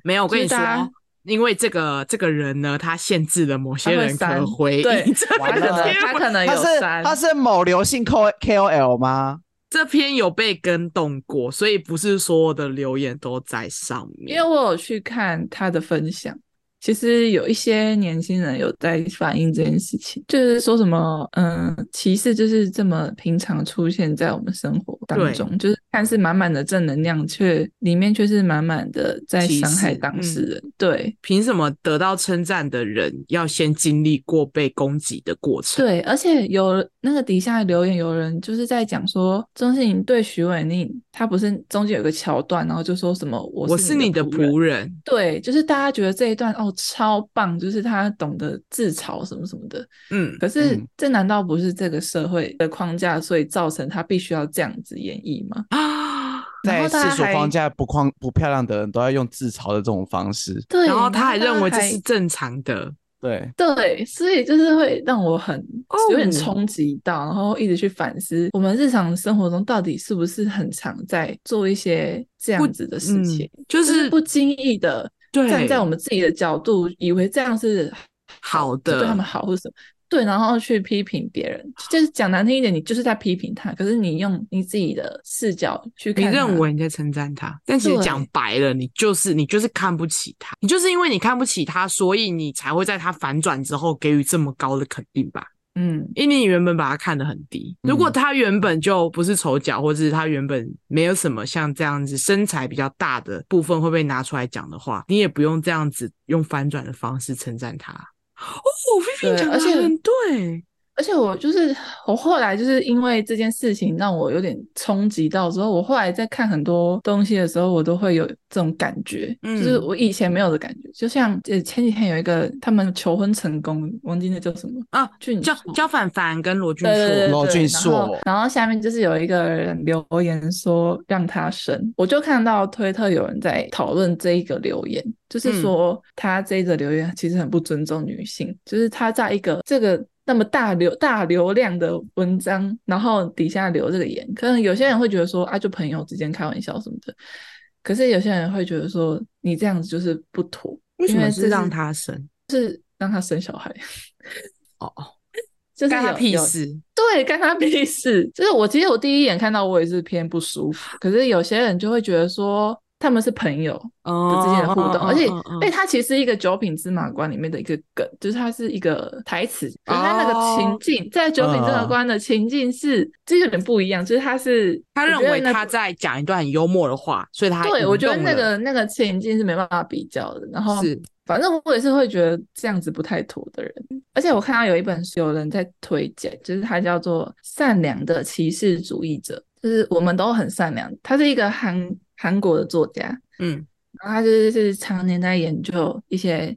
Speaker 2: 没有，我跟你
Speaker 3: 就是
Speaker 2: 说
Speaker 3: 大家。
Speaker 2: 因为这个这个人呢，他限制了某些
Speaker 3: 他会
Speaker 2: 人可
Speaker 3: 删
Speaker 2: 回 (laughs) 应
Speaker 3: 对
Speaker 2: 这
Speaker 3: 他
Speaker 1: 完
Speaker 3: 可
Speaker 1: 了
Speaker 2: 个
Speaker 3: 能
Speaker 2: 贴
Speaker 3: 他
Speaker 2: 文
Speaker 3: 可能
Speaker 1: 他
Speaker 3: 有
Speaker 1: 是
Speaker 3: 删，
Speaker 1: 他是某流行 KO KOL 吗？
Speaker 2: 这篇有被跟动过，所以不是所有的留言都在上
Speaker 3: 因
Speaker 2: 面
Speaker 3: 为。我有去看他的分享，其实有一些年轻人有在反映这件事情，就是说什么，嗯，歧视就是这么平常出现在我们生活当中，就是看似满满的正能量，却里面却是满满的在
Speaker 2: 歧
Speaker 3: 伤害
Speaker 2: 视
Speaker 3: 当
Speaker 2: 嗯
Speaker 3: 事人。对
Speaker 2: 凭什么得到称赞的人要先经历过被攻击的过程？
Speaker 3: 对，而且有那个底下留言，有人就是在讲说，钟欣颖对徐伟宁，他不是中间有个桥段，然后就说什么我
Speaker 2: 我
Speaker 3: 是
Speaker 2: 是你的
Speaker 3: 人
Speaker 2: 仆人，
Speaker 3: 对，就是大家觉得这一段哦超棒，就是他懂得自嘲什么什么的。
Speaker 2: 嗯，
Speaker 3: 可是
Speaker 1: 嗯
Speaker 3: 这难道不是这个社会的框架，所以造成他必须要这样子演绎吗？
Speaker 2: 啊，
Speaker 3: 然
Speaker 1: 在
Speaker 3: 后大
Speaker 1: 世
Speaker 3: 家
Speaker 1: 俗
Speaker 3: 还
Speaker 1: 框架不框不漂亮的人都要用自嘲的这种方式，
Speaker 3: 对，
Speaker 2: 然后他
Speaker 3: 大
Speaker 2: 还认为这
Speaker 3: 家
Speaker 2: 是正常的，
Speaker 1: 对，
Speaker 3: 对，所以就是会让我很
Speaker 2: 哦
Speaker 3: 有点冲击到，然后一直去反思我们日常生活中到底是不是很常在做一些这样子的事
Speaker 2: 嗯
Speaker 3: 情，，
Speaker 2: 就
Speaker 3: 就是
Speaker 2: 是
Speaker 3: 不经意的
Speaker 2: 对
Speaker 3: 站在我们自己的角度，以为这样是
Speaker 2: 好
Speaker 3: 是对他
Speaker 2: 的
Speaker 3: 们好或者什么，对，然后去批评别人，就是讲难听一点，你就是在批评他，可是你用你自己的视角去
Speaker 2: 你
Speaker 3: 看，啊
Speaker 2: 认为你在称赞他，但其实
Speaker 3: 对
Speaker 2: 讲白了，你就是你就是看不起他，你就是因为你看不起他，所以你才会在他反转之后给予这么高的肯定吧。
Speaker 3: 嗯，
Speaker 2: 因为你原本把它看得很低。如果
Speaker 1: 嗯
Speaker 2: 他原本就不是丑角，或者是他原本没有什么像这样子身材比较大的部分会被拿出来讲的话，你也不用这样子用反转的方式称赞他。哦，菲菲
Speaker 3: 对
Speaker 2: 讲的
Speaker 3: 而且
Speaker 2: 很对，
Speaker 3: 而且我就是我后来就是因为这件事情让我有点冲击到之后，我后来在看很多东西的时候，我都会有这种感觉，就是
Speaker 2: 嗯
Speaker 3: 我以前没有的感觉。就像呃前几天有一个他们求婚成功，忘记那叫什么
Speaker 2: 啊
Speaker 3: 俊
Speaker 2: 焦
Speaker 3: 硕
Speaker 2: 焦凡凡跟罗俊
Speaker 3: 嗯对对对
Speaker 2: 硕，
Speaker 1: 罗
Speaker 3: 对
Speaker 1: 俊
Speaker 3: 然后
Speaker 1: 硕
Speaker 3: 然后下面就是有一个人留言说让他生，我就看到推特有人在讨论这一个留言，就是
Speaker 2: 嗯
Speaker 3: 说他这一个留言其实很不尊重女性，就是他在一个这个。那么大流大流量的文章，然后底下留这个言，可能有些人会觉得说啊，就朋友之间开玩笑什么的，可是有些人会觉得说你这样子就是不妥，
Speaker 2: 为什
Speaker 3: 因
Speaker 2: 么
Speaker 3: 这
Speaker 2: 是让他生？
Speaker 3: 让他生小孩，
Speaker 2: 哦哦，
Speaker 3: 就是
Speaker 2: 干他
Speaker 3: 有
Speaker 2: 屁
Speaker 3: 有
Speaker 2: 事！
Speaker 3: (laughs) 对，干他屁事。就是我其实我第一眼看到我也是偏不舒服，可是有些人就会觉得说他们是朋友的
Speaker 2: 哦
Speaker 3: 之间的互动，而且
Speaker 2: 嗯嗯
Speaker 3: 哎、它其实是一个九品芝麻官里面的一个梗，就是它是一个台词，可是它那个情
Speaker 2: 哦
Speaker 3: 境、在九品芝麻
Speaker 1: 嗯嗯
Speaker 3: 官的情境是这有点不一样，就是他是
Speaker 2: 他
Speaker 3: 我
Speaker 2: 认
Speaker 3: 觉得
Speaker 2: 为
Speaker 3: 那
Speaker 2: 他在讲一段很幽默的话，所以他
Speaker 3: 对我觉得
Speaker 2: 引
Speaker 3: 那
Speaker 2: 动了
Speaker 3: 个那个情境是没办法比较的，然后
Speaker 2: 是
Speaker 3: 反正我也是会觉得这样子不太妥的人，而且我看到有一本书有人在推荐，就是它叫做《善良的歧视主义者》，就是我们都很善良。他是一个韩韩国的作家，
Speaker 2: 嗯
Speaker 3: 然后他就是是常年在研究一些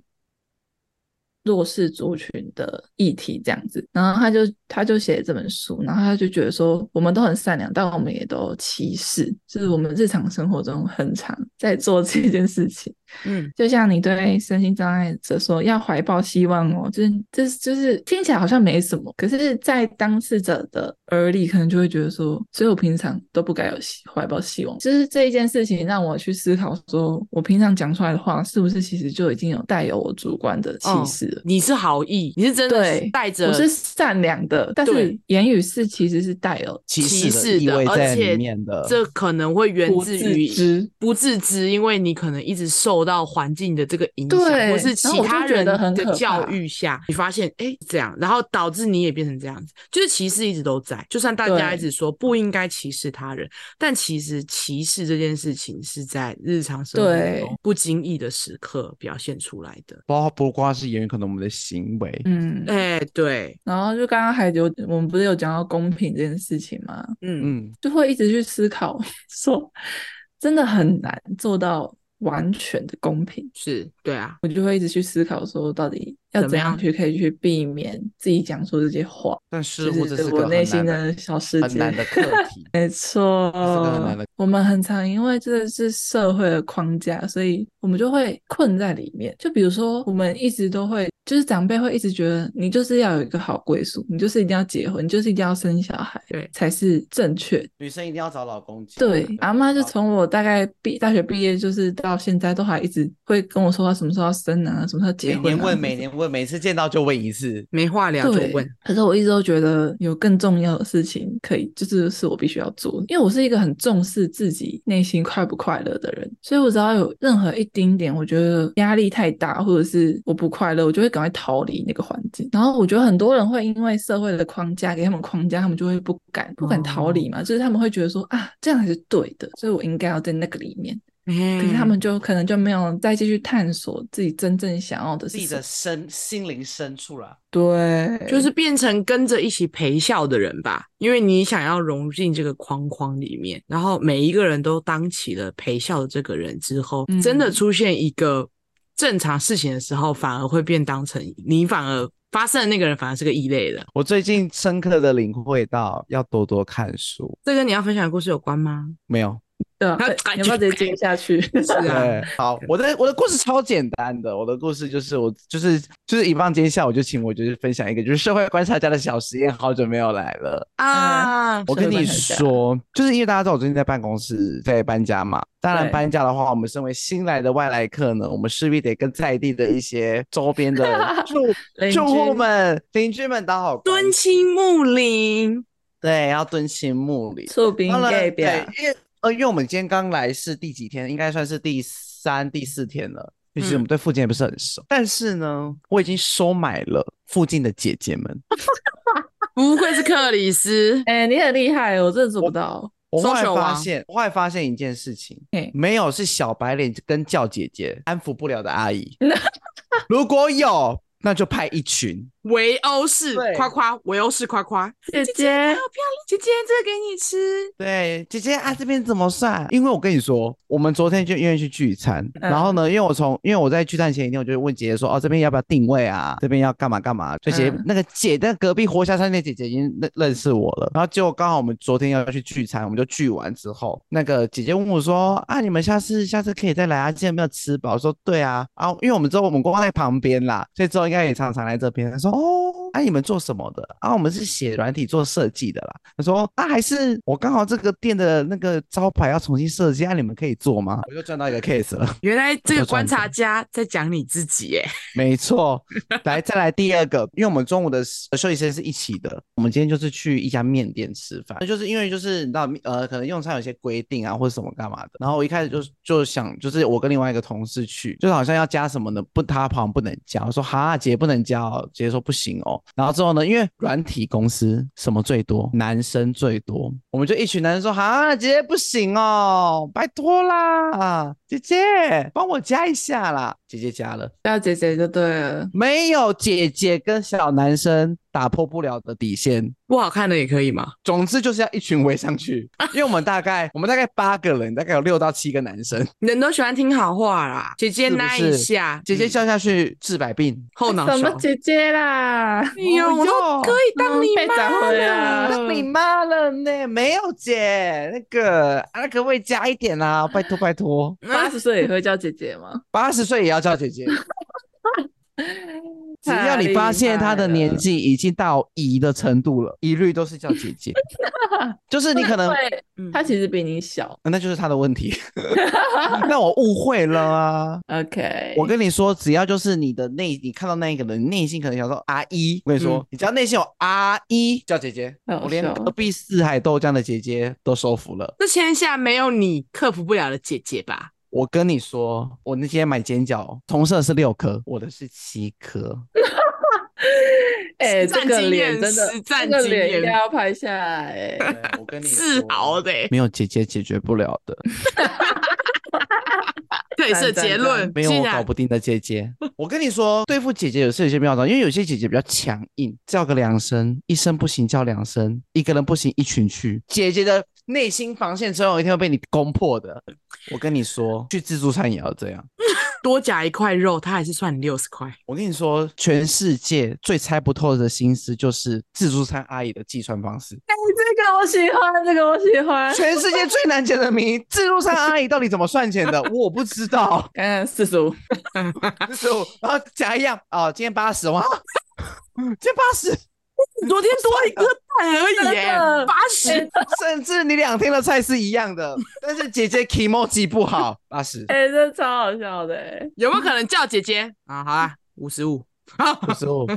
Speaker 3: 弱势族群的议题这样子，然后他就他就写这本书，然后他就觉得说，我们都很善良，但我们也都歧视，就是我们日常生活中很常在做这件事情。
Speaker 2: 嗯，
Speaker 3: 就像你对身心障碍者说要怀抱希望哦，就是这就是听起来好像没什么，可是，在当事者的耳里，可能就会觉得说，所以我平常都不该有希怀抱希望。就是这一件事情让我去思考说我平常讲出来的话，是不是其实就已经有带有我主观的歧
Speaker 2: 哦
Speaker 3: 视了？
Speaker 2: 你是好意，你是真的
Speaker 3: 对
Speaker 2: 带着
Speaker 3: 我是善良的，但是
Speaker 2: 对
Speaker 3: 言语是其实是带有
Speaker 1: 歧
Speaker 2: 歧
Speaker 1: 视
Speaker 2: 视
Speaker 1: 的意味
Speaker 2: 而
Speaker 1: 在
Speaker 2: 且
Speaker 1: 里面的，
Speaker 2: 这可能会源
Speaker 3: 不
Speaker 2: 自
Speaker 3: 自
Speaker 2: 于
Speaker 3: 知
Speaker 2: 不自知，因为你可能一直受受到环境的这个影响，
Speaker 3: 对
Speaker 2: 或是
Speaker 3: 然后
Speaker 2: 其
Speaker 3: 我就
Speaker 2: 他
Speaker 3: 觉
Speaker 2: 人
Speaker 3: 得很
Speaker 2: 的
Speaker 3: 可
Speaker 2: 教
Speaker 3: 怕
Speaker 2: 育下，你发现哎、诶这样，然后导致你也变成这样子，就是歧视一直都在，就算大家一
Speaker 3: 对
Speaker 2: 直说不应该歧视他人，但其实歧视这件事情是在日常生活
Speaker 3: 对
Speaker 2: 中不经意的时刻表现出来的。
Speaker 1: 包括不光是演员，可能我们的行为，
Speaker 3: 嗯，
Speaker 2: 哎、对，
Speaker 3: 然后就刚刚海有我们不是有讲到公平这件事情吗？
Speaker 2: 嗯，
Speaker 1: 嗯，
Speaker 3: 就会一直去思考 (laughs) 说，真的很难做到完全的公平。
Speaker 2: 是对啊，
Speaker 3: 我就会一直去思考说，到底要
Speaker 2: 怎么
Speaker 3: 怎样
Speaker 2: 样
Speaker 3: 去可以去避免自己讲出这些话，
Speaker 1: 但
Speaker 3: 就
Speaker 1: 似乎这是
Speaker 3: 我
Speaker 1: 个
Speaker 3: 内
Speaker 1: 很
Speaker 3: 心
Speaker 1: 难
Speaker 3: 的小世
Speaker 1: 很
Speaker 3: 界。嗯
Speaker 1: 难的课
Speaker 3: (laughs)
Speaker 1: 题。
Speaker 3: 没错
Speaker 1: 这个很
Speaker 2: 呃
Speaker 1: 难的，
Speaker 3: 我们很常因为这是社会的框架，所以我们就会困在里面。就比如说，我们一直都会，就是长辈会一直觉得你就是要有一个好归宿，你就是一定要结婚，你就是一定要生小孩，
Speaker 2: 对
Speaker 3: 才是正确的
Speaker 1: 女生一定要找老公结婚。
Speaker 3: 对，阿妈就
Speaker 1: 然后
Speaker 3: 从我大概毕大学毕业，就是到现在都还一直会跟我说她什么时候要生啊，什么时候结
Speaker 1: 每
Speaker 3: 婚、啊。
Speaker 1: 年问，每年问，每次见到就问一次。
Speaker 2: 没话聊就
Speaker 3: 对
Speaker 2: 问，。
Speaker 3: 可是我一直都觉得有更重要的事情可以，就是是我必须要做的，因为我是一个很重视自己内心快不快乐的人，所以我只要有任何一丁点我觉得压力太大，或者是我不快乐，我就会赶快逃离那个环境。然后我觉得很多人会因为社会的框架给他们框架，他们就会不敢不敢逃离
Speaker 1: 哦
Speaker 3: 嘛，就是他们会觉得说啊，这样才是对的，所以我应该要在那个里面。
Speaker 2: 可
Speaker 3: 可是他
Speaker 1: 嗯
Speaker 3: 们就可能就没有再继续探索自己真正想要的
Speaker 1: 自
Speaker 3: 是
Speaker 1: 己
Speaker 3: 什
Speaker 1: 的
Speaker 3: 么。
Speaker 1: 深心灵深处啦，
Speaker 3: 对，
Speaker 2: 就是变成跟着一起陪笑的人吧，因为你想要融进这个框框里面，然后每一个人都当起了陪笑的这个人之后，
Speaker 3: 嗯
Speaker 2: 真的出现一个正常事情的时候，反而会变当成你反而发生的那个人反而是个异类的。
Speaker 1: 我最近深刻的领会到要多多看书。
Speaker 2: 这跟你要分享的故事有关吗？
Speaker 1: 没有，
Speaker 3: 对啊，
Speaker 2: 他
Speaker 3: 哎你要不要直接接下去？ (laughs)
Speaker 2: 是啊
Speaker 1: 对，好，我的我的故事超简单的，我的故事就是我就是就是以棒今下我就请我就是分享一个就是社会观察家的小实验，好久没有来了。
Speaker 2: 啊，
Speaker 1: 我跟
Speaker 3: 社会
Speaker 1: 你
Speaker 3: 观察家
Speaker 1: 说，就是因为大家知道我最近在办公室在搬家嘛。当然，
Speaker 3: 对
Speaker 1: 搬家的话，我们身为新来的外来客呢，我们势必得跟在地的一些周边的住
Speaker 3: (laughs)
Speaker 1: (laughs)
Speaker 3: 邻
Speaker 1: 住户
Speaker 3: 居
Speaker 1: 们、邻居们打好关
Speaker 2: 敦亲睦邻，
Speaker 1: 对，要敦亲睦邻。
Speaker 3: 醋冰
Speaker 1: 当然，
Speaker 3: 盖
Speaker 1: 对
Speaker 3: 表，，，
Speaker 1: 因为呃，因为我们今天刚来是第几天，应该算是第三、第四天了。其实我们对附近也不是很熟，但是呢，我已经收买了附近的姐姐们。
Speaker 2: 不愧是克里斯
Speaker 3: 哎、你很厉害，我真的做不到。
Speaker 1: 我后来
Speaker 2: Social
Speaker 1: 发
Speaker 2: 王
Speaker 1: 现，我后来发现一件事情
Speaker 3: 嘿，
Speaker 1: 没有是小白脸跟叫姐姐安抚不了的阿姨。如果有，那就派一群。
Speaker 2: 围殴式
Speaker 1: 对
Speaker 2: 夸夸，围殴式夸夸，
Speaker 3: 姐
Speaker 2: 姐姐好漂亮，姐姐这个给你吃，
Speaker 1: 对，姐姐啊，这边怎么算？因为我跟你说，我们昨天就因为去聚餐，
Speaker 3: 嗯
Speaker 1: 然后呢，因为我从因为我在聚餐前一天，我就问姐姐说，哦，这边要不要定位啊？这边要干嘛干嘛？所以姐姐、
Speaker 3: 嗯
Speaker 1: 那个姐，那隔壁活下山那姐姐已经认认识我了。然后结果刚好我们昨天要去聚餐，我们就聚完之后，那个姐姐问我说，啊，你们下次下次可以再来啊，今天有没有吃饱？我说对啊，啊，因为我们之后我们光在旁边啦，所以之后应该也常常来这边。她说哦，啊，你们做什么的？啊，我们是写软体做设计的啦。他说啊，还是我刚好这个店的那个招牌要重新设计，啊，你们可以做吗？我就赚到一个 case 了。
Speaker 2: 原来这
Speaker 1: 我
Speaker 2: 个
Speaker 1: 就
Speaker 2: 观
Speaker 1: 赚
Speaker 2: 察家在讲你自己耶，
Speaker 1: 没错，来再来第二个，因为我们中午的时呃休息时间是一起的，我们今天就是去一家面店吃饭，那就是因为就是你知道呃，可能用餐有些规定啊，或者什么干嘛的。然后我一开始就是就想，就是我跟另外一个同事去，就是好像要加什么呢？不，他好像不能加。我说哈，姐不能加哦，姐说不行哦。然后之后呢，因为软体公司什么最多，男生最多，我们就一群男生说哈，姐不行哦，拜托啦，姐姐帮我加一下啦，姐姐加了。
Speaker 3: 叫姐姐就对了。
Speaker 1: 没有姐姐跟小男生打破不了的底线。
Speaker 2: 不好看的也可以嘛。
Speaker 1: 总之就是要一群围上去，因为我们大概我们大概八个人，大概有六到七个男生。
Speaker 2: 人都喜欢听好话啦，姐姐
Speaker 1: 是不
Speaker 2: 拉一
Speaker 1: 是
Speaker 2: 下，
Speaker 1: 姐姐
Speaker 2: 嗯
Speaker 1: 叫下去治百病，
Speaker 2: 后脑
Speaker 3: 哎什么
Speaker 2: 勺。
Speaker 3: 姐姐啦？
Speaker 2: 哎呦，我都
Speaker 1: 哟
Speaker 2: 可以当
Speaker 3: 嗯
Speaker 2: 你
Speaker 3: 被
Speaker 2: 妈
Speaker 3: 宰
Speaker 2: 了，
Speaker 3: 回啊
Speaker 1: 那你妈了呢？没有姐，那个啊，那可不可以加一点啦、拜托拜托，
Speaker 3: 八十岁也会叫姐姐吗？
Speaker 1: 八十岁也要叫姐姐。只要你发现他的年纪已经到姨的程度了，一律都是叫姐姐。就是你可能
Speaker 3: 对，
Speaker 2: 嗯
Speaker 3: 她其实比你小。
Speaker 1: 那就是他的问题。 (laughs) 那我误会了啊！
Speaker 3: OK，
Speaker 1: 我跟你说，只要就是你的内，你看到那一个人内心可能想说阿姨，我跟你说，
Speaker 2: 嗯
Speaker 1: 你只要内心有阿姨叫姐姐，
Speaker 3: 好
Speaker 1: 我连
Speaker 3: 笑
Speaker 1: 隔壁四海豆浆的姐姐都收服了。
Speaker 2: 这天下没有你克服不了的姐姐吧？
Speaker 1: 我跟你说，我那天买煎饺，同社是六颗，我的是七颗。
Speaker 3: 哎、
Speaker 2: 实战
Speaker 3: 这个
Speaker 2: 经
Speaker 3: 脸真
Speaker 2: 验
Speaker 3: 的
Speaker 2: 实，战
Speaker 3: 这个
Speaker 2: 经
Speaker 3: 脸
Speaker 2: 验
Speaker 3: 应该要拍下来、哎
Speaker 1: 我跟
Speaker 2: (laughs)
Speaker 1: 你
Speaker 2: 自豪的欸，
Speaker 1: 没有姐姐解决不了的，
Speaker 2: 这也是
Speaker 3: 赞
Speaker 2: 结
Speaker 3: 赞
Speaker 2: 论
Speaker 3: 赞。
Speaker 1: 没有
Speaker 2: 既
Speaker 1: 我搞
Speaker 2: 然
Speaker 1: 不定的姐姐。 (laughs) 我跟你说，对付姐姐有是有些妙招，因为有些姐姐比较强硬，叫个两声，一声不行叫两声，一个人不行一群去。姐姐的内心防线总有一天会被你攻破的。我跟你说，去自助餐也要这样。
Speaker 2: 多夹一块肉，它还是算你六十块。
Speaker 1: 我跟你说，全世界最猜不透的心思就是自助餐阿姨的计算方式。 (laughs)
Speaker 3: 这个我喜欢，这个我喜欢。
Speaker 1: 全世界最难解的谜，自助餐阿姨到底怎么算钱的？我不知道。 (laughs)
Speaker 3: 看看四十五，
Speaker 1: 十五，然后假一样啊、哦，今天八十哇，今天八十，
Speaker 2: 昨天多一颗蛋而已耶
Speaker 3: 真的，
Speaker 2: 八十。
Speaker 1: (laughs) 甚至你两天的菜是一样
Speaker 3: (laughs)
Speaker 1: 的，但是姐姐 k i m o j i 不好，八十
Speaker 3: 哎、这超好笑的、哎
Speaker 2: 有没有可能叫姐姐啊？好啦，五十五。
Speaker 1: 五十
Speaker 3: 哦
Speaker 1: 五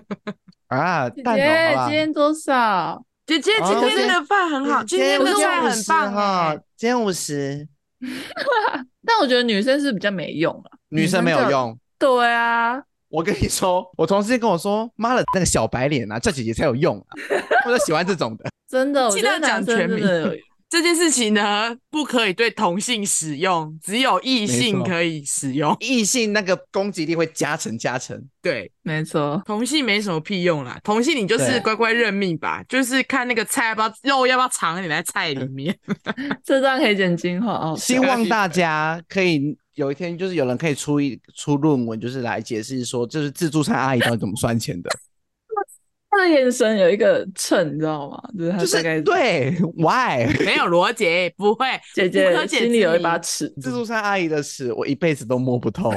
Speaker 1: 啊，
Speaker 3: 姐
Speaker 1: 蛋
Speaker 3: 姐
Speaker 1: 总好，吧
Speaker 3: 今。天多少？
Speaker 2: 姐姐
Speaker 1: 啊
Speaker 2: 今天的饭很好，今天的
Speaker 3: 今天
Speaker 2: 菜
Speaker 3: 我
Speaker 2: 很棒
Speaker 1: 哈
Speaker 2: 哎。，
Speaker 1: 今天五十，
Speaker 3: 但我觉得女生是比较没用啊。
Speaker 1: 女生没有用。
Speaker 3: 对啊，
Speaker 1: 我跟你说，我同事跟我说，妈的，那个小白脸啊，叫姐姐才有用
Speaker 2: (laughs)
Speaker 1: 啊，我就喜欢这种的。
Speaker 3: 真的，我
Speaker 2: 尽
Speaker 3: 觉
Speaker 2: 量
Speaker 3: 得男
Speaker 2: 讲
Speaker 3: 生
Speaker 2: 全
Speaker 3: 真
Speaker 2: 名
Speaker 3: 的有
Speaker 2: 这件事情呢，不可以对同性使用，只有异性
Speaker 1: 没错
Speaker 2: 可以使用。
Speaker 1: 异性那个攻击力会加成加成。
Speaker 2: 对，
Speaker 3: 没
Speaker 2: (laughs)
Speaker 3: 错，
Speaker 2: 同性没什么屁用啦。同性你就是
Speaker 1: 对
Speaker 2: 乖乖认命吧，就是看那个菜要不要肉要不要藏一点在菜里面。 (laughs)
Speaker 3: 这段可以剪精华哦。
Speaker 1: 希望大家可以有一天，就是有人可以出一出论文，就是来解释说，就是自助餐阿姨到底怎么算钱
Speaker 3: (laughs)
Speaker 1: 的，
Speaker 3: 他的眼神有一个秤，你知道吗？就是他
Speaker 1: 就
Speaker 3: 大概
Speaker 1: 是对 why
Speaker 2: 没有逻辑，不会。
Speaker 3: 姐
Speaker 2: 不可
Speaker 3: 姐
Speaker 2: 解
Speaker 3: 心里有一
Speaker 2: 之
Speaker 3: 把
Speaker 2: 谜，
Speaker 3: 尺，
Speaker 1: 自助餐阿姨的事，我一辈子都摸不透。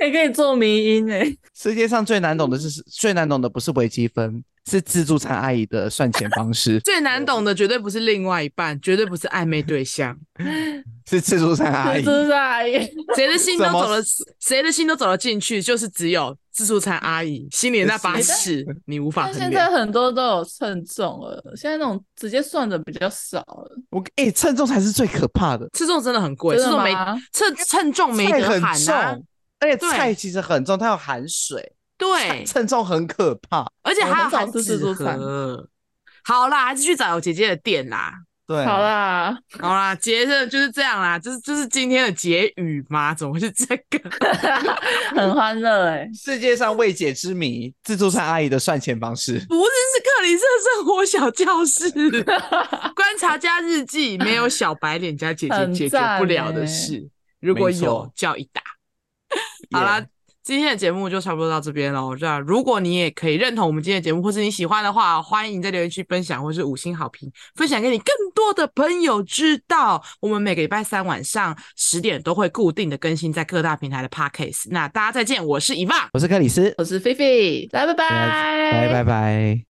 Speaker 3: 也可以做迷音哎、
Speaker 1: 世界上最难懂的是最难懂的不是微积分，是自助餐阿姨的算钱方式 (laughs)
Speaker 2: 最难懂的绝对不是另外一半，绝对不是暧昧对象，
Speaker 1: 是自助餐
Speaker 3: (laughs)
Speaker 1: 阿姨
Speaker 3: 这。是阿姨，
Speaker 2: 谁的心都
Speaker 1: 怎么
Speaker 2: 走了，谁的心都走了进去，就是只有自助餐阿姨心里的那把尺，你无法
Speaker 3: 但
Speaker 2: 衡
Speaker 3: 现在
Speaker 2: 量。
Speaker 3: 很多都有称重了，现在那种直接算的比较少了，
Speaker 1: 我哎、称重才是最可怕的，
Speaker 2: 吃重真的很贵，吃
Speaker 3: 真的
Speaker 2: 重没
Speaker 3: 吗？
Speaker 2: 称称重没
Speaker 1: 菜
Speaker 2: 得
Speaker 1: 很
Speaker 2: 喊啊
Speaker 1: 重，，而且
Speaker 2: 对
Speaker 1: 菜其实很重，它有含水，
Speaker 2: 对，
Speaker 1: 称重很可怕。
Speaker 2: 而且
Speaker 3: 我
Speaker 2: 还有
Speaker 3: 哦很少
Speaker 2: 含
Speaker 3: 吃自
Speaker 2: 纸
Speaker 3: 助餐
Speaker 2: 盒。好啦，还是去找有姐姐的店啦。
Speaker 1: 对，啊
Speaker 3: 好啦，
Speaker 2: 好啦，结论就是这样啦，就是就是今天的结语吗？怎么会是这个？ (laughs)
Speaker 3: 很欢乐哎、
Speaker 1: 世界上未解之谜，自助餐阿姨的算钱方式。
Speaker 2: 不是，是克里斯的生活小教室，
Speaker 3: (laughs)
Speaker 2: 观察家日记，没有小白脸加姐姐
Speaker 3: 很欸
Speaker 2: 解决不了的事，如果
Speaker 1: 没错
Speaker 2: 有叫一打。好啦
Speaker 1: Yeah，
Speaker 2: 今天的节目就差不多到这边喽。这样，如果你也可以认同我们今天的节目，或是你喜欢的话，欢迎在留言区分享，或是五星好评，分享给你更多的朋友知道。我们每个礼拜三晚上十点都会固定的更新在各大平台的 podcast。那大家再见，我是伊万。
Speaker 1: 我是克里斯，
Speaker 3: 我是菲菲，来，拜拜，
Speaker 1: 拜拜拜。